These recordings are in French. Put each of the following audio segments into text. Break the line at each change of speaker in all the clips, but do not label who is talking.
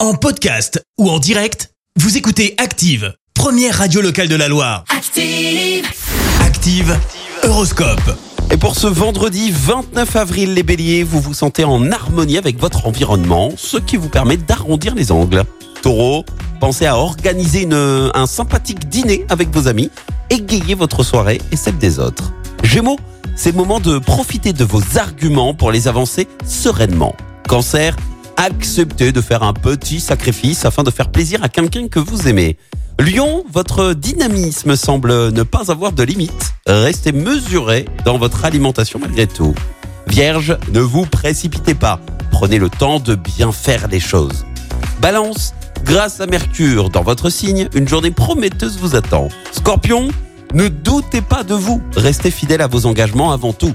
En podcast ou en direct, vous écoutez Active, première radio locale de la Loire.
Active.
Active, Horoscope.
Et pour ce vendredi 29 avril, les béliers, vous vous sentez en harmonie avec votre environnement, ce qui vous permet d'arrondir les angles. Taureau, pensez à organiser une- un sympathique dîner avec vos amis, égayer votre soirée et celle des autres. Gémeaux, c'est le moment de profiter de vos arguments pour les avancer sereinement. Cancer, acceptez de faire un petit sacrifice afin de faire plaisir à quelqu'un que vous aimez. Lyon, votre dynamisme semble ne pas avoir de limite. Restez mesuré dans votre alimentation malgré tout. Vierge, ne vous précipitez pas. Prenez le temps de bien faire les choses. Balance, grâce à Mercure dans votre signe, une journée prometteuse vous attend. Scorpion, ne doutez pas de vous. Restez fidèle à vos engagements avant tout.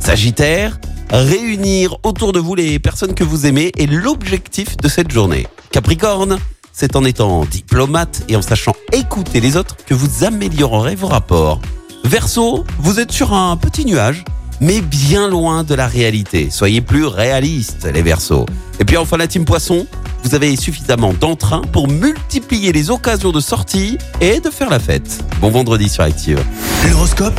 Sagittaire, réunir autour de vous les personnes que vous aimez est l'objectif de cette journée. Capricorne, c'est en étant diplomate et en sachant écouter les autres que vous améliorerez vos rapports. Verseau, vous êtes sur un petit nuage, mais bien loin de la réalité. Soyez plus réalistes, les Verseaux. Et puis enfin la team Poisson, vous avez suffisamment d'entrain pour multiplier les occasions de sortie et de faire la fête. Bon vendredi sur Active.
L'horoscope